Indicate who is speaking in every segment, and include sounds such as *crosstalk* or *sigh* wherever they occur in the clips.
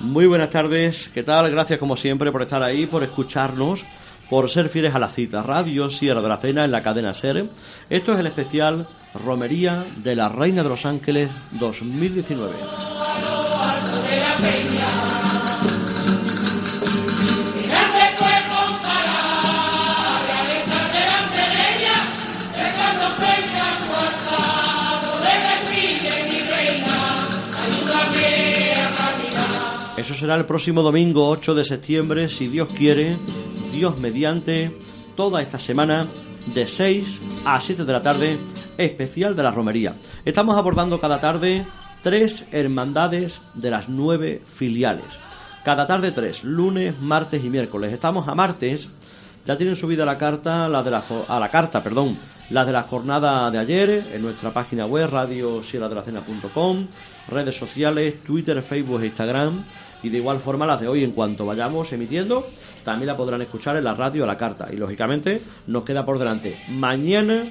Speaker 1: Muy buenas tardes, ¿qué tal? Gracias como siempre por estar ahí, por escucharnos, por ser fieles a la cita. Radio Sierra de la Cena en la cadena SER. Esto es el especial Romería de la Reina de los Ángeles 2019. Eso será el próximo domingo 8 de septiembre, si Dios quiere, Dios mediante, toda esta semana de 6 a 7 de la tarde, especial de la romería. Estamos abordando cada tarde tres hermandades de las nueve filiales. Cada tarde tres, lunes, martes y miércoles. Estamos a martes. Ya tienen subida la carta, la de la, jo- a la carta, perdón, la de la jornada de ayer en nuestra página web radiosierradelacena.com, redes sociales, Twitter, Facebook e Instagram y de igual forma las de hoy en cuanto vayamos emitiendo también la podrán escuchar en la radio a la carta y lógicamente nos queda por delante mañana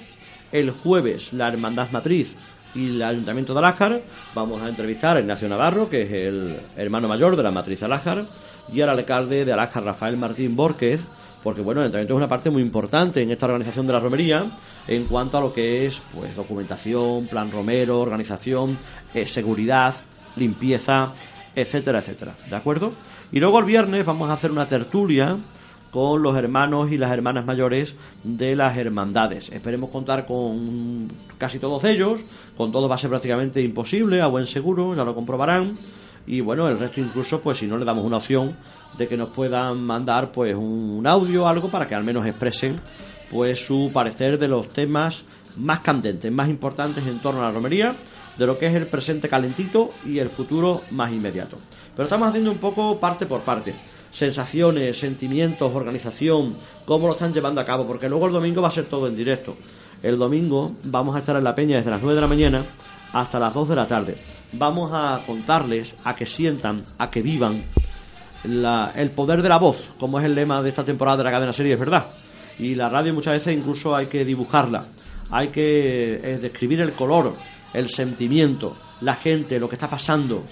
Speaker 1: el jueves la hermandad matriz y el Ayuntamiento de Aláscar. Vamos a entrevistar a Ignacio Navarro, que es el hermano mayor de la matriz Aláscar, y al alcalde de Aláscar, Rafael Martín Borquez, porque bueno, el Ayuntamiento es una parte muy importante en esta organización de la romería en cuanto a lo que es pues documentación, plan romero, organización, eh, seguridad, limpieza, etcétera, etcétera. ¿De acuerdo? Y luego el viernes vamos a hacer una tertulia con los hermanos y las hermanas mayores de las hermandades. Esperemos contar con casi todos ellos, con todos va a ser prácticamente imposible, a buen seguro, ya lo comprobarán. Y bueno, el resto incluso, pues si no le damos una opción de que nos puedan mandar pues un audio o algo para que al menos expresen pues su parecer de los temas más candentes, más importantes en torno a la romería, de lo que es el presente calentito y el futuro más inmediato. Pero estamos haciendo un poco parte por parte. Sensaciones, sentimientos, organización, cómo lo están llevando a cabo, porque luego el domingo va a ser todo en directo. El domingo vamos a estar en la peña desde las 9 de la mañana hasta las 2 de la tarde. Vamos a contarles, a que sientan, a que vivan la- el poder de la voz, como es el lema de esta temporada de la cadena serie, es verdad. Y la radio muchas veces incluso hay que dibujarla, hay que eh, describir el color, el sentimiento, la gente, lo que está pasando.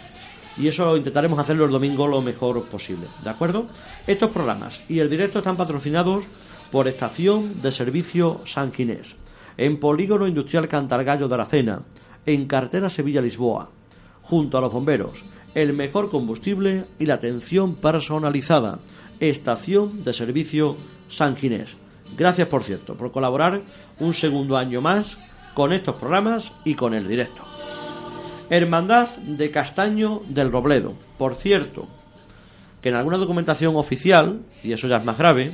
Speaker 1: Y eso intentaremos hacerlo el domingo lo mejor posible, ¿de acuerdo? Estos programas y el directo están patrocinados por Estación de Servicio San Ginés, en Polígono Industrial Cantargallo de Aracena, en Cartera Sevilla-Lisboa, junto a los bomberos, el mejor combustible y la atención personalizada. Estación de servicio San Ginés. Gracias, por cierto, por colaborar un segundo año más con estos programas y con el directo. Hermandad de Castaño del Robledo. Por cierto, que en alguna documentación oficial, y eso ya es más grave,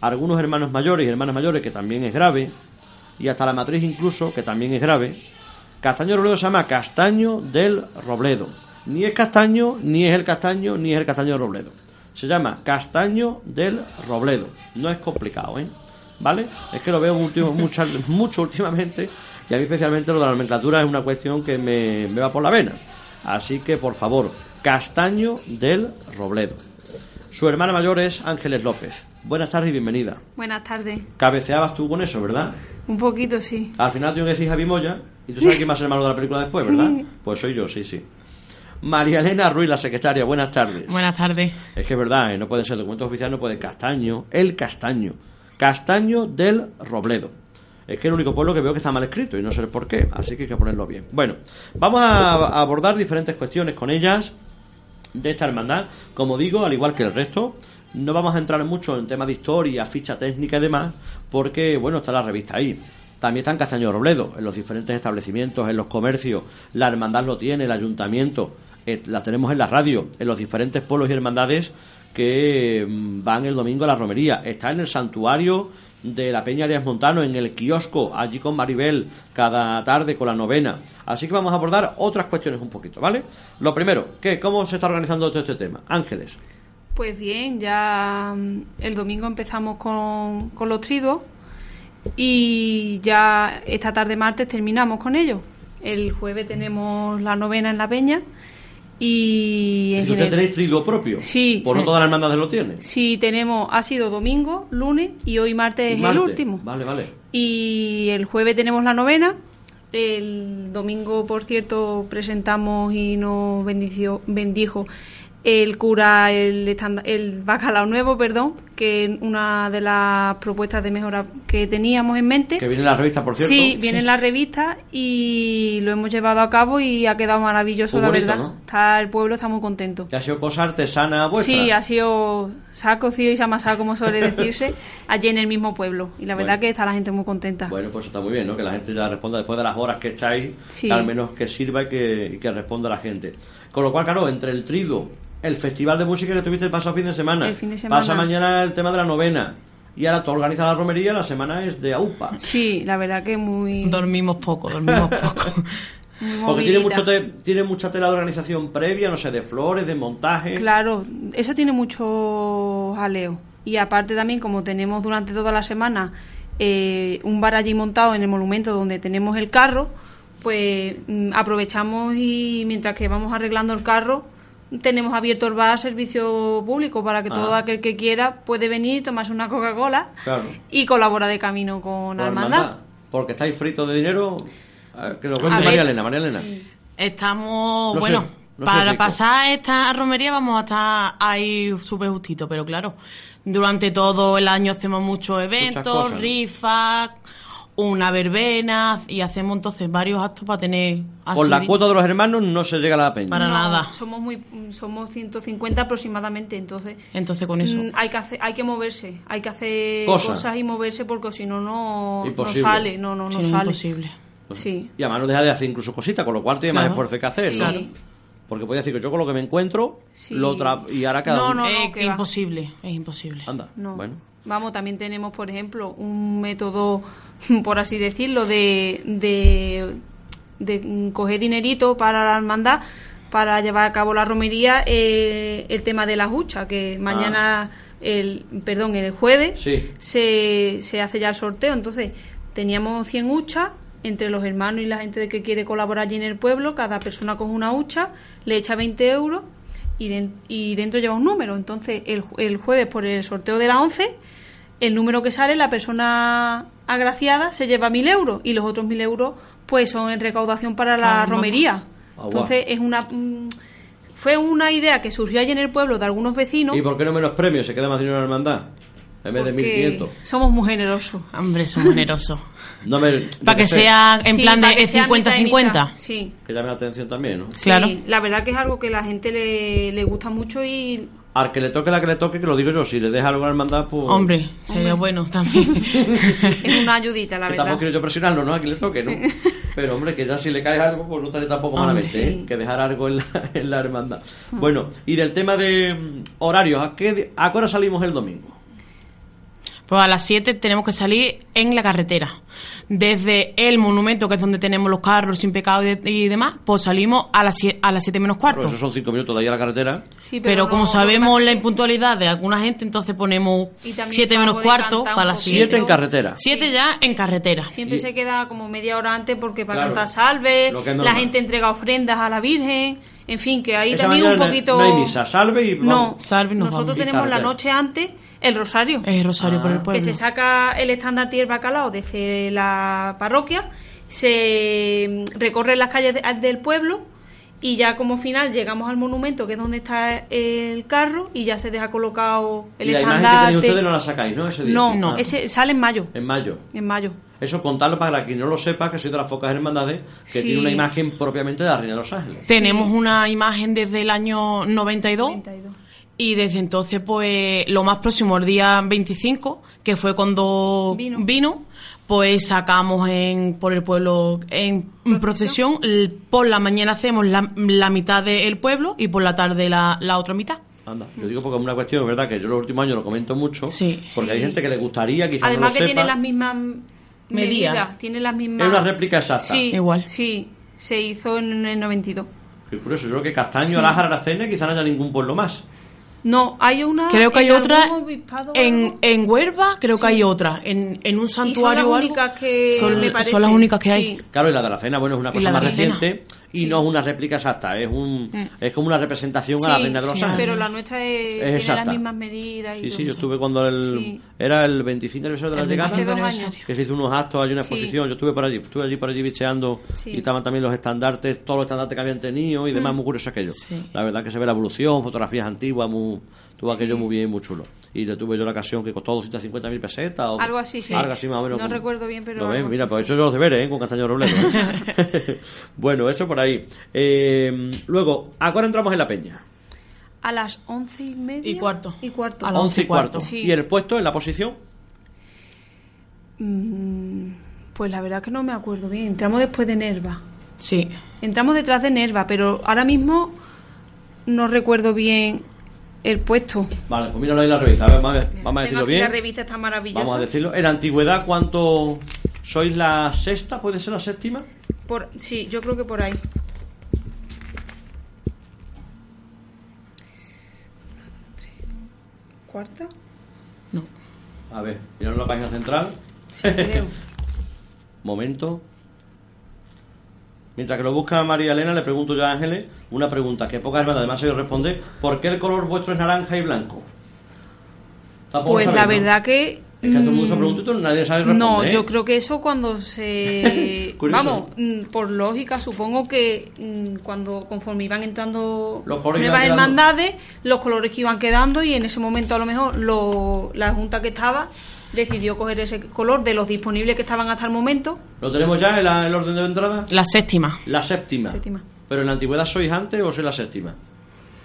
Speaker 1: algunos hermanos mayores y hermanas mayores, que también es grave, y hasta la matriz incluso, que también es grave, Castaño del Robledo se llama Castaño del Robledo. Ni es castaño, ni es el castaño, ni es el castaño del Robledo. Se llama Castaño del Robledo. No es complicado, ¿eh? ¿Vale? Es que lo veo último- muchas- mucho *laughs* últimamente y a mí especialmente lo de la nomenclatura es una cuestión que me, me va por la vena. Así que, por favor, Castaño del Robledo. Su hermana mayor es Ángeles López. Buenas tardes y bienvenida.
Speaker 2: Buenas tardes.
Speaker 1: Cabeceabas tú con eso, ¿verdad?
Speaker 2: Un poquito, sí.
Speaker 1: Al final tengo que decir Javi Moya. Y tú sabes quién va a ser el malo de la película después, ¿verdad? Pues soy yo, sí, sí. María Elena Ruiz, la secretaria, buenas tardes.
Speaker 3: Buenas tardes.
Speaker 1: Es que es verdad, ¿eh? no pueden ser documentos oficiales, no puede. Castaño, el castaño. Castaño del Robledo. Es que es el único pueblo que veo que está mal escrito y no sé por qué, así que hay que ponerlo bien. Bueno, vamos a abordar diferentes cuestiones con ellas de esta hermandad. Como digo, al igual que el resto, no vamos a entrar mucho en temas de historia, ficha técnica y demás, porque, bueno, está la revista ahí. También está en Castaño Robledo, en los diferentes establecimientos, en los comercios. La hermandad lo tiene, el ayuntamiento. eh, la tenemos en la radio, en los diferentes pueblos y hermandades que mm, van el domingo a la romería. Está en el santuario de la Peña Arias Montano, en el kiosco, allí con Maribel, cada tarde con la novena. Así que vamos a abordar otras cuestiones un poquito, ¿vale? Lo primero, ¿qué, ¿cómo se está organizando todo este tema? Ángeles.
Speaker 2: Pues bien, ya mm, el domingo empezamos con, con los tridos y ya esta tarde martes terminamos con ellos. El jueves tenemos la novena en la peña y en
Speaker 1: Si usted
Speaker 2: general-
Speaker 1: tenéis trigo propio,
Speaker 2: Sí.
Speaker 1: por no todas las hermandades lo tienen.
Speaker 2: sí, tenemos, ha sido domingo, lunes y hoy martes es el
Speaker 1: Marte.
Speaker 2: último.
Speaker 1: Vale, vale.
Speaker 2: Y el jueves tenemos la novena. El domingo, por cierto, presentamos y nos bendició, bendijo el cura, el, estanda- el bacalao nuevo, perdón, que es una de las propuestas de mejora que teníamos en mente.
Speaker 1: Que viene la revista, por cierto.
Speaker 2: Sí, viene en la revista y lo hemos llevado a cabo y ha quedado maravilloso,
Speaker 1: Muy
Speaker 2: la
Speaker 1: bonito,
Speaker 2: verdad.
Speaker 1: ¿no?
Speaker 2: Está, el pueblo está muy contento.
Speaker 1: Que ha sido cosa artesana vuestra.
Speaker 2: Sí, ha sido, se ha cocido y se ha amasado, como suele
Speaker 1: *laughs*
Speaker 2: decirse, allí en el mismo pueblo. Y la verdad
Speaker 1: Bueno.
Speaker 2: que está la gente muy contenta.
Speaker 1: Bueno, pues está muy bien, ¿no? Que la gente ya responda después de las horas que echáis,
Speaker 2: Sí.
Speaker 1: que al menos que sirva y que, y que responda la gente. Con lo cual, claro, entre el trigo, el festival de música que tuviste el pasado fin de semana,
Speaker 2: El fin de semana.
Speaker 1: pasa mañana el tema de la novena, y ahora tú organizas la romería, la semana es de AUPA.
Speaker 2: Sí, la verdad que muy,
Speaker 3: Dormimos poco,
Speaker 1: *laughs*
Speaker 3: dormimos poco.
Speaker 2: muy
Speaker 1: Porque tiene,
Speaker 2: movidita.
Speaker 1: mucho te- tiene mucha tela de organización previa, no sé, de flores, de montaje.
Speaker 2: Claro, eso tiene mucho jaleo. Y aparte también, como tenemos durante toda la semana eh, un bar allí montado en el monumento donde tenemos el carro, pues mm, aprovechamos y mientras que vamos arreglando el carro, tenemos abierto el bar a servicio público para que
Speaker 1: Ah.
Speaker 2: todo aquel que quiera puede venir, tomarse una Coca-Cola
Speaker 1: Claro.
Speaker 2: y colabora de camino con la
Speaker 1: Por
Speaker 2: hermandad.
Speaker 1: hermandad. Pues Porque estáis fritos de dinero. A ver, Que lo
Speaker 3: A
Speaker 1: cuente
Speaker 3: ver.
Speaker 1: María Elena, María Elena.
Speaker 3: Estamos,
Speaker 1: No sé,
Speaker 3: bueno,
Speaker 1: no sé,
Speaker 3: para
Speaker 1: Rico.
Speaker 3: pasar esta romería vamos a estar ahí súper justito, pero claro, durante todo el año hacemos muchos eventos,
Speaker 1: cosas, ¿no?
Speaker 3: rifas, una verbena y hacemos entonces varios actos para tener así
Speaker 1: Con la
Speaker 3: de-
Speaker 1: cuota de los hermanos no se llega a la peña.
Speaker 3: Para
Speaker 2: No,
Speaker 3: nada.
Speaker 2: Somos muy mm, somos 150 aproximadamente, entonces
Speaker 3: Entonces con eso.
Speaker 2: Mm, Hay que hacer, hay que moverse, hay que hacer
Speaker 1: Cosa.
Speaker 2: cosas y moverse porque si no no no
Speaker 1: Imposible.
Speaker 2: sale, no no no
Speaker 3: sí, es
Speaker 2: sale.
Speaker 3: imposible.
Speaker 2: Sí.
Speaker 1: Pues, Y además no deja de hacer incluso cositas, con lo cual tiene más
Speaker 3: Claro.
Speaker 1: esfuerzo que hacer,
Speaker 2: Sí.
Speaker 1: ¿no?
Speaker 2: Claro.
Speaker 1: Porque podía decir que yo con lo que me encuentro,
Speaker 2: Sí.
Speaker 1: lo tra- y ahora cada
Speaker 2: No,
Speaker 1: uno.
Speaker 2: no,
Speaker 3: Eh,
Speaker 2: que va.
Speaker 3: imposible, es imposible.
Speaker 1: Anda,
Speaker 2: No.
Speaker 1: bueno.
Speaker 2: Vamos, también tenemos, por ejemplo, un método, *laughs* por así decirlo, de, de, de, mm, coger dinerito para la hermandad para llevar a cabo la romería, eh, el tema de la hucha, que
Speaker 1: Ah.
Speaker 2: mañana, el perdón, el jueves
Speaker 1: Sí.
Speaker 2: se, se hace ya el sorteo. Entonces, teníamos 100 huchas entre los hermanos y la gente que quiere colaborar allí en el pueblo. Cada persona coge una hucha, le echa 20 euros y, den- y dentro lleva un número. Entonces, el, ju- el jueves, por el sorteo de la 11, el número que sale, la persona agraciada se lleva 1.000 euros y los otros 1.000 euros pues son en recaudación para la
Speaker 3: Ah,
Speaker 1: Ah,
Speaker 2: romería.
Speaker 1: guau.
Speaker 2: Entonces, es una... mm, fue una idea que surgió allí en el pueblo de algunos vecinos
Speaker 1: ¿Y por qué no menos premios? Se queda más dinero en la hermandad. En vez de
Speaker 2: porque
Speaker 1: 1500.
Speaker 2: somos muy generosos.
Speaker 3: Hombre,
Speaker 1: *laughs*
Speaker 3: son generosos.
Speaker 1: No me.
Speaker 3: para que
Speaker 1: no sé,
Speaker 3: sea en
Speaker 2: Sí,
Speaker 3: plan de
Speaker 2: para que
Speaker 3: eh,
Speaker 2: sea mitad y mitad.
Speaker 3: 50-50.
Speaker 2: Sí.
Speaker 1: Que llame la atención también, ¿no?
Speaker 3: Claro.
Speaker 2: Sí, la verdad que es algo que la gente le, le gusta mucho y
Speaker 1: Al que le toque, la que le toque, que lo digo yo. Si le deja algo a la hermandad, pues.
Speaker 3: Hombre, sería bueno también.
Speaker 2: *laughs* es una ayudita,
Speaker 1: *laughs*
Speaker 2: la
Speaker 1: Que
Speaker 2: verdad.
Speaker 1: tampoco quiero yo presionarlo, ¿no? A quien le toque, ¿no?
Speaker 2: *laughs*
Speaker 1: Pero hombre, que ya si le cae algo, pues no estaría tampoco
Speaker 3: Hombre,
Speaker 1: malamente, ¿eh?
Speaker 2: sí. Mm.
Speaker 1: Que dejar algo en la, *laughs* en la hermandad. Bueno, y del tema de mm, horarios, ¿a qué, di- ¿a qué hora salimos el domingo?
Speaker 3: Pues a las 7 tenemos que salir en la carretera. Desde el monumento, que es donde tenemos los carros sin pecado y, de- y demás, pues salimos a las 7 menos cuarto.
Speaker 1: Claro, esos son cinco minutos de ahí a la carretera.
Speaker 2: Sí,
Speaker 3: pero
Speaker 2: no-
Speaker 3: como
Speaker 2: lo que
Speaker 3: sabemos
Speaker 2: pasa es
Speaker 3: la
Speaker 2: que-
Speaker 3: impuntualidad de alguna gente, entonces ponemos
Speaker 2: Y también
Speaker 3: 7
Speaker 2: pago
Speaker 3: menos
Speaker 2: de
Speaker 3: cuarto
Speaker 2: cantar un
Speaker 3: para las
Speaker 2: poquito.
Speaker 1: 7
Speaker 3: 7.
Speaker 1: en carretera.
Speaker 3: 7 ya en carretera.
Speaker 2: Siempre
Speaker 1: Y-
Speaker 2: se queda como media hora antes porque para
Speaker 1: Claro,
Speaker 2: cantar salve,
Speaker 1: lo que es
Speaker 2: la
Speaker 1: normal.
Speaker 2: gente entrega ofrendas a la Virgen, en fin, que ahí
Speaker 1: Esa
Speaker 2: también un
Speaker 1: mañana
Speaker 2: poquito...
Speaker 1: No hay misa, salve y
Speaker 2: No,
Speaker 1: vamos.
Speaker 3: Salve y nos
Speaker 2: nosotros
Speaker 3: vamos.
Speaker 2: tenemos
Speaker 1: Y
Speaker 2: la
Speaker 1: carretera.
Speaker 2: noche antes el rosario.
Speaker 3: Es Rosario por el pueblo.
Speaker 2: que se saca el estandarte y el bacalao desde la parroquia, se mm, recorre las calles de- del pueblo y ya como final llegamos al monumento que es donde está el carro y ya se deja colocado el
Speaker 1: y la imagen que tenéis
Speaker 2: estandarte.
Speaker 1: ustedes no la sacáis, ¿no? Ese día. Ah.
Speaker 2: no,
Speaker 3: No.
Speaker 2: ese sale en mayo,
Speaker 1: En mayo.
Speaker 2: en mayo.
Speaker 1: Eso contarlo para quien no lo sepa, que soy de las pocas hermandades que
Speaker 2: Sí.
Speaker 1: tiene una imagen propiamente de la Reina de los Ángeles.
Speaker 3: Tenemos una imagen desde el año 92.
Speaker 2: 32.
Speaker 3: Y desde entonces, pues lo más próximo, el día 25, que fue cuando
Speaker 2: Vino.
Speaker 3: vino, pues sacamos en por el pueblo en procesión, l- por la mañana hacemos la, la mitad del pueblo y por la tarde la, la otra mitad.
Speaker 1: Anda, yo digo porque es una cuestión, ¿verdad? Que yo los últimos años lo comento mucho,
Speaker 3: Sí.
Speaker 1: porque hay
Speaker 2: Sí.
Speaker 1: gente que le gustaría, quizás
Speaker 2: Además
Speaker 1: no
Speaker 2: que
Speaker 1: lo
Speaker 2: tiene
Speaker 1: sepa.
Speaker 2: las mismas
Speaker 3: Medida.
Speaker 2: medidas, tiene las mismas...
Speaker 1: Es una réplica exacta.
Speaker 2: Sí,
Speaker 3: Igual.
Speaker 2: Sí, se hizo en el 92.
Speaker 1: Qué curioso, yo creo que Castaño, Alájar, Aracena, quizás no haya ningún pueblo más.
Speaker 2: No, hay una...
Speaker 3: Creo que hay
Speaker 2: Ah, en
Speaker 3: otra
Speaker 2: algún obispado o
Speaker 3: en,
Speaker 2: algo.
Speaker 3: en Huelva, creo que hay otra en, en un
Speaker 2: Y son
Speaker 3: santuario
Speaker 2: las
Speaker 3: o algo.
Speaker 2: únicas que
Speaker 3: Son-
Speaker 2: me
Speaker 3: son
Speaker 2: parece.
Speaker 3: las únicas que hay.
Speaker 2: Sí.
Speaker 1: Claro, y la de Aracena, bueno, es una cosa
Speaker 3: la de
Speaker 1: más
Speaker 3: Aracena.
Speaker 1: reciente y no es una réplica exacta, es un es como una representación a la
Speaker 2: Sí,
Speaker 1: Reina de los
Speaker 3: sí,
Speaker 1: Ángeles.
Speaker 2: Pero la nuestra es, tiene
Speaker 1: exacta.
Speaker 2: las mismas medidas. y
Speaker 1: Sí, sí,
Speaker 2: todo.
Speaker 1: yo estuve cuando el,
Speaker 2: Sí.
Speaker 1: era el 25 aniversario de la
Speaker 3: El
Speaker 1: llegada,
Speaker 3: 25
Speaker 2: aniversario.
Speaker 1: que se hizo unos actos, hay una
Speaker 2: Sí.
Speaker 1: exposición, yo estuve por allí, estuve allí por allí bicheando
Speaker 2: Sí. Mm.
Speaker 1: y estaban también los estandartes, todos los estandartes que habían tenido y demás, muy curioso aquello.
Speaker 3: Sí.
Speaker 1: La verdad que se ve la evolución, fotografías antiguas, muy, estuvo aquello muy bien, muy chulo. Y yo tuve yo la ocasión que costó 250.000 pesetas o
Speaker 2: Algo así, sí.
Speaker 1: algo así más o menos.
Speaker 2: No recuerdo bien, pero
Speaker 1: Lo ven,
Speaker 2: algo
Speaker 1: mira,
Speaker 2: así.
Speaker 1: pues eso es los deberes, ¿eh? Con Castaño Robledo.
Speaker 2: *laughs*
Speaker 1: ¿eh? *laughs* bueno, eso por ahí. Eh, luego, ahora entramos en la peña.
Speaker 2: A las once y media.
Speaker 3: Y cuarto.
Speaker 2: Y cuarto.
Speaker 3: A las
Speaker 1: 11 y cuarto.
Speaker 2: Sí.
Speaker 1: Y el puesto en la posición
Speaker 2: Mm, pues la verdad que no me acuerdo bien. Entramos después de Nerva.
Speaker 3: Sí.
Speaker 2: Entramos detrás de Nerva, pero ahora mismo no recuerdo bien el puesto.
Speaker 1: Vale, pues míralo ahí en la revista. A ver, vamos a, ver, vamos a
Speaker 2: Tengo
Speaker 1: decirlo
Speaker 2: aquí La
Speaker 1: bien.
Speaker 2: revista está maravillosa.
Speaker 1: Vamos a decirlo. En la antigüedad, ¿cuánto sois la sexta? ¿Puede ser la séptima?
Speaker 2: Por, sí, yo creo que por ahí. ¿Cuarta?
Speaker 3: No.
Speaker 1: A ver, míralo en la página central. *laughs*
Speaker 2: Sí, creo.
Speaker 1: Momento. Mientras que lo busca María Elena, le pregunto yo a Ángeles una pregunta que pocas veces además se responde. ¿Por qué el color vuestro es naranja y blanco? Tampoco
Speaker 2: Pues
Speaker 1: lo
Speaker 2: la
Speaker 1: sabéis, ¿no?
Speaker 2: verdad que...
Speaker 1: Es que a todo el mundo se
Speaker 2: mm,
Speaker 1: pregunta y todo- nadie sabe responder.
Speaker 2: No,
Speaker 1: ¿eh?
Speaker 2: yo creo que eso cuando se...
Speaker 1: *laughs* Curioso.
Speaker 2: Vamos, mm, por lógica, supongo que mm, cuando conforme iban entrando
Speaker 1: Los colores
Speaker 2: nuevas
Speaker 1: iban quedando.
Speaker 2: hermandades, los colores que iban quedando y en ese momento a lo mejor lo- la junta que estaba decidió coger ese color de los disponibles que estaban hasta el momento.
Speaker 1: ¿Lo tenemos ya en la- el orden de entrada?
Speaker 3: La séptima.
Speaker 1: La séptima.
Speaker 2: Séptima.
Speaker 1: ¿Pero en la antigüedad sois antes o sois la séptima?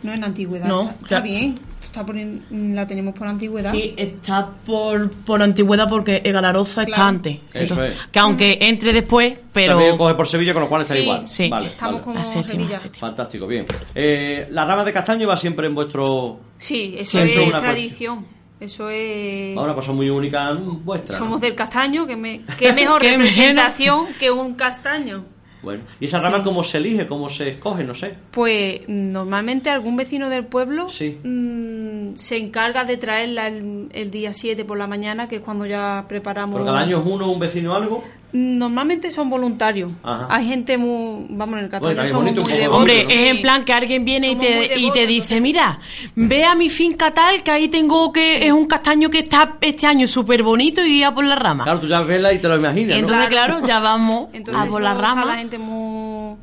Speaker 2: No en antigüedad.
Speaker 3: No,
Speaker 2: está, está
Speaker 3: claro.
Speaker 2: bien. Está por en- mm, la tenemos por antigüedad.
Speaker 3: Sí, está por, por antigüedad porque Egalaroza
Speaker 2: Claro.
Speaker 3: está antes.
Speaker 1: Eso es.
Speaker 3: Que aunque entre después, pero...
Speaker 1: También coge por Sevilla, con lo cual está
Speaker 2: Sí,
Speaker 1: igual.
Speaker 3: sí.
Speaker 1: Vale,
Speaker 2: Estamos
Speaker 1: vale.
Speaker 2: como
Speaker 3: La séptima,
Speaker 2: Sevilla.
Speaker 3: la séptima.
Speaker 1: Fantástico, bien. Eh, la rama de castaño va siempre en vuestro...
Speaker 2: Sí, eso
Speaker 3: Sí,
Speaker 2: es,
Speaker 3: eso es
Speaker 1: una
Speaker 2: tradición. Eso es.
Speaker 1: Una cosa muy única mm, vuestra. ¿no?
Speaker 2: Somos del castaño, que me,
Speaker 3: *laughs*
Speaker 2: qué mejor
Speaker 3: Qué
Speaker 2: representación que un castaño.
Speaker 1: Bueno, ¿y esa rama cómo se elige, cómo se escoge? No sé.
Speaker 2: Pues normalmente algún vecino del pueblo
Speaker 1: Sí.
Speaker 2: mm, se encarga de traerla el, el día 7 por la mañana, que es cuando ya preparamos.
Speaker 1: ¿Pero cada año es uno, un vecino algo?
Speaker 2: Normalmente son voluntarios.
Speaker 1: Ajá.
Speaker 2: Hay gente muy. Vamos, en el castaño
Speaker 1: también
Speaker 2: somos
Speaker 1: bonito un
Speaker 2: muy
Speaker 1: poco de
Speaker 2: devotos.
Speaker 3: Hombre,
Speaker 1: bonito,
Speaker 3: es en
Speaker 2: Sí.
Speaker 3: plan que alguien viene y
Speaker 2: Somos muy
Speaker 3: te, y te
Speaker 2: devotos,
Speaker 3: dice, mira, ve a mi finca tal, que ahí tengo que... Es un castaño que está este año súper bonito y guía por la rama.
Speaker 1: Claro, tú ya ves la y te lo imaginas, ¿no?
Speaker 3: Entonces, claro, ya vamos
Speaker 2: *laughs* Entonces,
Speaker 3: a por la
Speaker 2: eso está La
Speaker 3: rama.
Speaker 2: gente muy.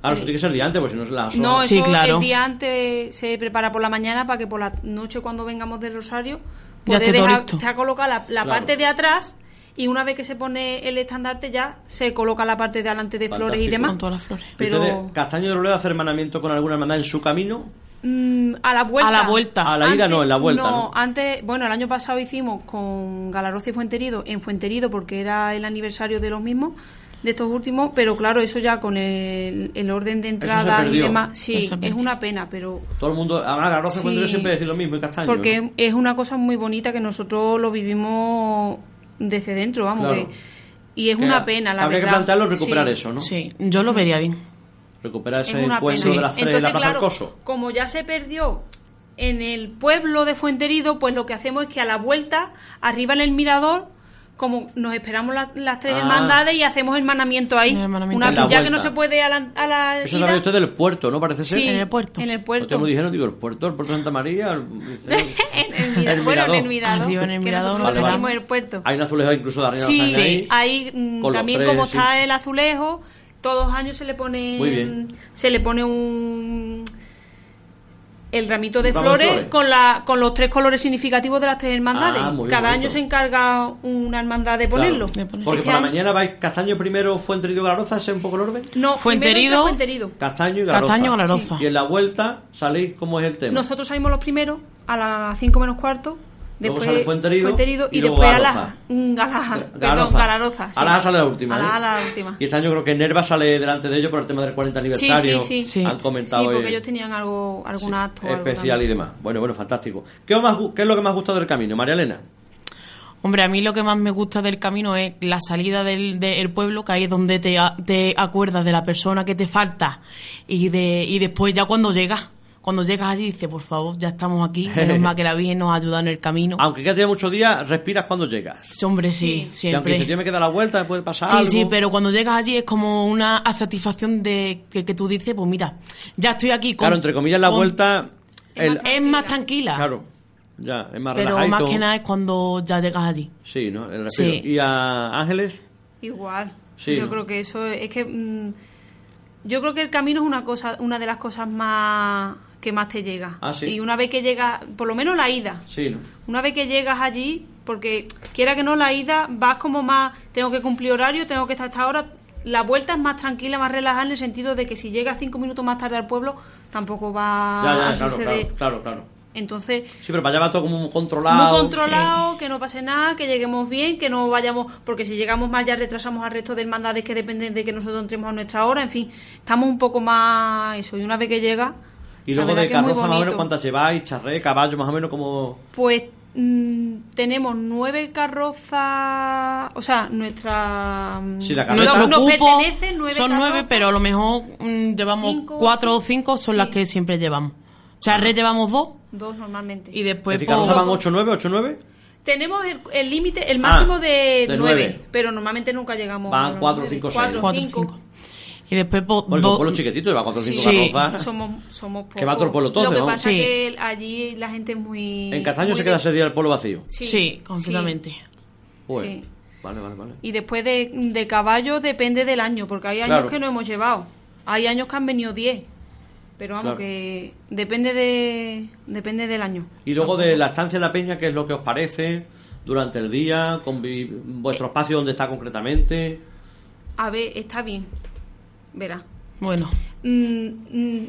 Speaker 1: Claro, eso tiene que ser el día antes, porque si no se las asoman.
Speaker 2: No, eso
Speaker 3: Sí, claro.
Speaker 2: el día antes se prepara por la mañana para que por la noche cuando vengamos del rosario
Speaker 3: Ya
Speaker 2: poder
Speaker 3: esté todo
Speaker 2: dejar,
Speaker 3: listo.
Speaker 2: dejar colocada la, la
Speaker 1: Claro.
Speaker 2: parte de atrás y una vez que se pone el estandarte ya se coloca la parte de adelante de flores y
Speaker 1: Fantástico.
Speaker 2: demás.
Speaker 3: Con todas las flores.
Speaker 2: pero-
Speaker 1: Entonces, ¿Castaño de Robledo hace hermanamiento con alguna hermandad en su camino?
Speaker 2: Mm, a la vuelta.
Speaker 3: A la vuelta.
Speaker 1: A la ida no, en la vuelta, ¿no?
Speaker 2: antes, bueno, el año pasado hicimos con Galaroza y Fuenterido, en Fuenterido, porque era el aniversario de los mismos, de estos últimos, pero claro, eso ya con el, el orden de entrada y
Speaker 1: perdió.
Speaker 2: demás, sí,
Speaker 3: Eso se
Speaker 2: es
Speaker 3: perdió.
Speaker 2: una pena, pero
Speaker 1: Todo el mundo, además, Garroza
Speaker 2: Sí.
Speaker 1: cuando yo siempre decir lo mismo en Castaño.
Speaker 2: Porque
Speaker 1: ¿no?
Speaker 2: es una cosa muy bonita que nosotros lo vivimos desde dentro, vamos.
Speaker 1: Claro.
Speaker 2: que- y es
Speaker 1: Que
Speaker 2: una pena, la
Speaker 1: Habría que
Speaker 2: verdad.
Speaker 1: plantearlo y recuperar
Speaker 2: Sí,
Speaker 1: eso, ¿no?
Speaker 3: Sí, yo lo vería bien.
Speaker 1: Recuperar
Speaker 2: Es
Speaker 1: ese
Speaker 2: una
Speaker 1: encuentro
Speaker 2: pena.
Speaker 1: de las tres de la
Speaker 2: Entonces,
Speaker 1: Plaza
Speaker 2: claro,
Speaker 1: Arcoso.
Speaker 2: como ya se perdió en el pueblo de Fuenterido, pues lo que hacemos es que a la vuelta, arriba en el mirador, como nos esperamos la- las tres
Speaker 1: Ah.
Speaker 2: hermandades y hacemos hermanamiento ahí.
Speaker 3: El hermanamiento.
Speaker 2: Una,
Speaker 1: En la
Speaker 2: ya
Speaker 1: vuelta.
Speaker 2: que no se puede a la, a la
Speaker 1: Eso
Speaker 2: ida,
Speaker 1: sabe usted del puerto, ¿no? Parece ser.
Speaker 2: sí,
Speaker 3: En el puerto.
Speaker 2: En el
Speaker 1: Ustedes
Speaker 2: puerto.
Speaker 1: me dijeron, digo, el puerto, el puerto de Santa María.
Speaker 2: *laughs*
Speaker 1: el-
Speaker 2: en el mira-
Speaker 1: El
Speaker 2: bueno, en
Speaker 1: mirador.
Speaker 2: el mirador.
Speaker 3: Arriba en el
Speaker 2: que
Speaker 3: mirador,
Speaker 2: nosotros
Speaker 1: vale, vale.
Speaker 2: decimos el puerto.
Speaker 1: Hay un azulejo incluso de arriba de
Speaker 2: Sí,
Speaker 1: los años ahí.
Speaker 2: ahí mm,
Speaker 1: Con los
Speaker 2: también
Speaker 1: tres,
Speaker 2: como
Speaker 1: sí.
Speaker 2: está el azulejo, todos los años se le pone
Speaker 1: Muy bien.
Speaker 2: se le pone un el ramito de
Speaker 1: Un ramo de
Speaker 2: flores,
Speaker 1: flores.
Speaker 2: con la con los tres colores significativos de las tres hermandades.
Speaker 1: Ah, muy bien,
Speaker 2: Cada
Speaker 1: bonito.
Speaker 2: año se encarga una hermandad de
Speaker 1: Claro.
Speaker 2: ponerlo.
Speaker 3: De ponerlo.
Speaker 1: Porque
Speaker 2: Este
Speaker 1: por la
Speaker 2: año-
Speaker 1: mañana vais Castaño primero, Fuente y Garoza, ese es un poco el orden.
Speaker 2: No,
Speaker 3: Fuenterido.
Speaker 2: primero entra Fuenterido.
Speaker 1: Castaño y Garoza.
Speaker 3: Castaño y Galaroza.
Speaker 1: Y en la vuelta saléis, ¿cómo es el tema?
Speaker 2: Nosotros salimos los primeros a las 5 menos cuarto
Speaker 1: Luego sale Fuenterido
Speaker 2: Fuenterido
Speaker 1: y
Speaker 2: y,
Speaker 1: luego
Speaker 2: después
Speaker 1: Galaza.
Speaker 2: Alaja. Mm, Galaja,
Speaker 1: Ga-
Speaker 2: perdón,
Speaker 1: Galaza.
Speaker 2: Galaroza. sí.
Speaker 1: Alaja sale la última. ¿eh?
Speaker 2: Alaja la última.
Speaker 1: Y este año creo que Nerva sale delante de ellos por el tema del 40 aniversario.
Speaker 2: Sí, sí, sí.
Speaker 3: Sí.
Speaker 1: Han comentado
Speaker 2: Sí, porque
Speaker 1: eh,
Speaker 2: ellos tenían algo, algún acto. o algo
Speaker 1: especial y
Speaker 2: también.
Speaker 1: demás. Bueno, bueno, fantástico. ¿Qué, os más gu- qué es lo que más ha gustado del camino, María Elena?
Speaker 3: Hombre, a mí lo que más me gusta del camino es la salida del, del pueblo, que ahí es donde te, a- te acuerdas de la persona que te falta y, de, y después ya cuando llegas, cuando llegas allí dices, por favor, ya estamos aquí,
Speaker 1: *laughs*
Speaker 3: menos mal que la Virgen nos ha ayudado en el camino.
Speaker 1: Aunque ya tiene muchos días, respiras cuando llegas.
Speaker 3: Sí, Hombre, sí,
Speaker 1: Y aunque
Speaker 3: siempre.
Speaker 1: se me queda la vuelta, puede pasar
Speaker 3: Sí,
Speaker 1: algo.
Speaker 3: sí, pero cuando llegas allí es como una satisfacción de que, que tú dices, pues mira, ya estoy aquí. con-
Speaker 1: Claro, entre comillas, la
Speaker 3: con-
Speaker 1: vuelta... el-
Speaker 3: es más tranquila.
Speaker 1: Claro, ya, es más
Speaker 3: pero
Speaker 1: relajadito.
Speaker 3: más que nada es cuando ya llegas allí.
Speaker 1: Sí, ¿no? El
Speaker 3: Sí.
Speaker 1: respiro. ¿Y a Ángeles?
Speaker 2: Igual.
Speaker 1: Sí,
Speaker 2: yo
Speaker 1: ¿no?
Speaker 2: creo que eso es, es que mm, yo creo que el camino es una cosa, una de las cosas más que más te llega.
Speaker 1: Ah, sí.
Speaker 2: Y una vez que llegas, por lo menos la ida,
Speaker 1: Sí, ¿no?
Speaker 2: una vez que llegas allí, porque quiera que no la ida, vas como más, tengo que cumplir horario, tengo que estar a esta hora. La vuelta es más tranquila, más relajada en el sentido de que si llegas cinco minutos más tarde al pueblo, tampoco va
Speaker 1: Ya, ya,
Speaker 2: a
Speaker 1: claro,
Speaker 2: suceder.
Speaker 1: claro, claro, claro.
Speaker 2: Entonces,
Speaker 1: Sí, pero para allá va todo como controlado.
Speaker 2: muy
Speaker 1: eh.
Speaker 2: controlado, que no pase nada, que lleguemos bien, que no vayamos, porque si llegamos mal ya retrasamos al resto de hermandades que dependen de que nosotros entremos a nuestra hora, en fin, estamos un poco más eso, y una vez que llega,
Speaker 1: Y
Speaker 2: la
Speaker 1: luego
Speaker 2: verdad
Speaker 1: de
Speaker 2: que es muy
Speaker 1: carroza más o menos
Speaker 2: bonito.
Speaker 1: cuántas lleváis, charré, caballo, más o menos como...
Speaker 2: Pues mm, tenemos nueve carrozas, o sea, nuestra... mm,
Speaker 1: Sí, la
Speaker 2: no-
Speaker 1: carreta.
Speaker 3: Nuestro
Speaker 2: nos
Speaker 3: cupo
Speaker 2: pertenece nueve
Speaker 3: son nueve,
Speaker 2: carrozas.
Speaker 3: pero a lo mejor mm, llevamos
Speaker 2: Cinco,
Speaker 3: cuatro
Speaker 2: sí.
Speaker 3: o cinco son las
Speaker 2: Sí.
Speaker 3: que siempre llevamos. Charré llevamos dos
Speaker 2: Dos normalmente.
Speaker 3: y después
Speaker 1: es decir, carroza
Speaker 3: pues,
Speaker 1: van 8 9, 8 9,
Speaker 2: Tenemos el- el límite, el máximo
Speaker 1: Ah,
Speaker 2: de,
Speaker 1: de
Speaker 2: nueve,
Speaker 1: nueve.
Speaker 2: pero normalmente nunca llegamos
Speaker 1: Van
Speaker 2: a los
Speaker 1: cuatro,
Speaker 2: nueve.
Speaker 1: cinco, seis.
Speaker 2: Cuatro,
Speaker 3: cuatro o
Speaker 2: cinco.
Speaker 3: cinco. Y después pues,
Speaker 1: Porque
Speaker 3: dos-
Speaker 1: con pueblo chiquitito lleva 4 o 5
Speaker 3: Sí.
Speaker 1: carrozas.
Speaker 2: somos, somos pocos.
Speaker 1: Que va todo el pueblo todo,
Speaker 2: Lo que
Speaker 1: ¿no?
Speaker 2: pasa
Speaker 3: Sí.
Speaker 2: que allí la gente es muy.
Speaker 1: En Castaño
Speaker 2: muy
Speaker 1: se queda
Speaker 2: de-
Speaker 1: ese día el pueblo vacío.
Speaker 3: sí, completamente.
Speaker 1: Bueno,
Speaker 2: Sí.
Speaker 1: Vale, vale, vale.
Speaker 2: Y después de, de caballo depende del año, porque hay años
Speaker 1: Claro.
Speaker 2: que no hemos llevado. Hay años que han venido 10. Pero vamos,
Speaker 1: Claro.
Speaker 2: que depende de depende del año.
Speaker 1: Y luego de la estancia en la peña, ¿qué es lo que os parece durante el día? Con vi- vuestro
Speaker 2: Eh,
Speaker 1: espacio, ¿dónde está concretamente?
Speaker 2: A ver, está bien. Verá.
Speaker 3: Bueno,
Speaker 2: Mm, mm,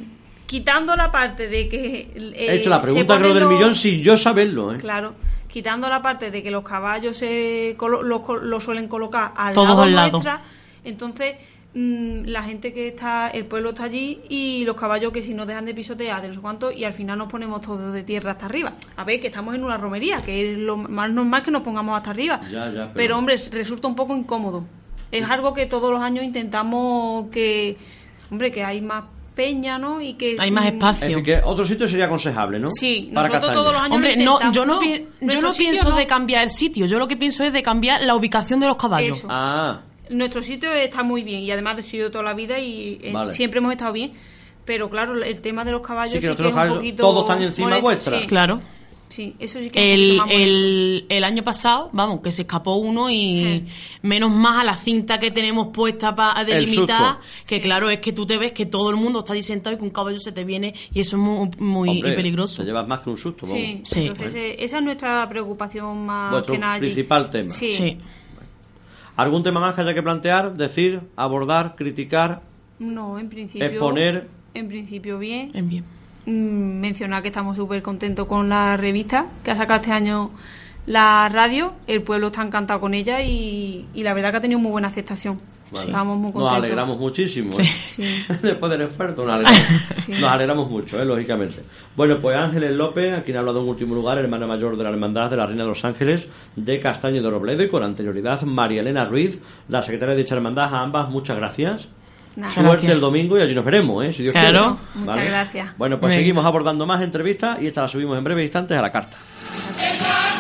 Speaker 2: quitando la parte de que. eh,
Speaker 1: He hecho la
Speaker 2: se
Speaker 1: pregunta creo
Speaker 2: ponen
Speaker 1: del
Speaker 2: los-
Speaker 1: millón sin yo saberlo, ¿eh?
Speaker 2: Claro, quitando la parte de que los caballos se colo- los, co- los suelen colocar al
Speaker 3: Todos
Speaker 2: lado
Speaker 3: al lado.
Speaker 2: nuestra, entonces mm, la gente que está, el pueblo está allí y los caballos que si nos dejan de pisotear de no sé cuánto y al final nos ponemos todos de tierra hasta arriba. A ver, que estamos en una romería, que es lo más normal que nos pongamos hasta arriba.
Speaker 1: Ya, ya, pero-
Speaker 2: hombre, resulta un poco incómodo. Es algo que todos los años intentamos que, hombre, que hay más peña, ¿no? Y que
Speaker 3: hay más
Speaker 2: mm,
Speaker 3: espacio.
Speaker 1: Es decir, que otro sitio sería aconsejable, ¿no?
Speaker 2: Sí,
Speaker 1: Para
Speaker 2: nosotros
Speaker 1: Castaña.
Speaker 2: todos los años
Speaker 3: Hombre,
Speaker 2: lo
Speaker 3: no,
Speaker 2: intentamos.
Speaker 3: yo no,
Speaker 2: No,
Speaker 3: pi- yo
Speaker 2: nuestro
Speaker 3: no
Speaker 2: sitio
Speaker 3: pienso
Speaker 2: no.
Speaker 3: de cambiar el sitio, yo lo que pienso es de cambiar la ubicación de los caballos.
Speaker 2: Eso.
Speaker 1: Ah,
Speaker 2: Nuestro sitio está muy bien y además ha sido toda la vida y eh,
Speaker 1: Vale.
Speaker 2: siempre hemos estado bien. Pero claro, el tema de los caballos
Speaker 1: Sí, que
Speaker 2: sí
Speaker 1: los
Speaker 2: que es un
Speaker 1: caballos
Speaker 2: poquito
Speaker 1: todos están encima
Speaker 2: molesto.
Speaker 1: vuestra.
Speaker 2: Sí,
Speaker 3: Claro.
Speaker 2: sí, eso sí que es un
Speaker 3: El,
Speaker 2: poquito más molesto.
Speaker 3: el, el año pasado, vamos, que se escapó uno y menos más a la cinta que tenemos puesta para delimitar, que
Speaker 2: Sí.
Speaker 3: claro, es que tú te ves que todo el mundo está ahí sentado y que un caballo se te viene y eso es muy, muy
Speaker 1: hombre,
Speaker 3: peligroso.
Speaker 1: Te llevas más que un susto, vamos.
Speaker 2: Sí,
Speaker 3: Sí.
Speaker 2: entonces eh, esa es nuestra preocupación más
Speaker 1: Vuestro
Speaker 2: que nada allí.
Speaker 1: principal tema.
Speaker 2: Sí.
Speaker 3: Sí.
Speaker 1: ¿Algún tema más que haya que plantear, decir, abordar, criticar?
Speaker 2: No, en principio.
Speaker 1: Exponer.
Speaker 2: En principio bien.
Speaker 3: En bien.
Speaker 2: Mm, mencionar que estamos súper contentos con la revista que ha sacado este año la radio. El pueblo está encantado con ella y, y la verdad que ha tenido muy buena aceptación.
Speaker 1: Vale.
Speaker 2: Estamos muy
Speaker 1: Nos
Speaker 2: contentos.
Speaker 1: alegramos muchísimo.
Speaker 3: Sí.
Speaker 1: ¿eh?
Speaker 2: Sí.
Speaker 1: *laughs* Después del esfuerzo, nos alegramos,
Speaker 2: *laughs* Sí.
Speaker 1: Nos alegramos mucho, ¿eh? lógicamente. Bueno, pues Ángeles López, a quien ha hablado en último lugar, hermana mayor de la Hermandad de la Reina de los Ángeles de Castaño de Robledo, y con anterioridad María Elena Ruiz, la secretaria de dicha hermandad. A ambas, muchas gracias.
Speaker 2: Nada.
Speaker 1: Suerte
Speaker 3: Gracias.
Speaker 1: el domingo y allí nos veremos, ¿eh? si Dios
Speaker 3: Claro.
Speaker 1: quiere.
Speaker 2: Muchas gracias.
Speaker 1: Bueno, pues
Speaker 3: Venga.
Speaker 1: seguimos abordando más entrevistas y esta la subimos en breves instantes a la carta.
Speaker 4: Hermana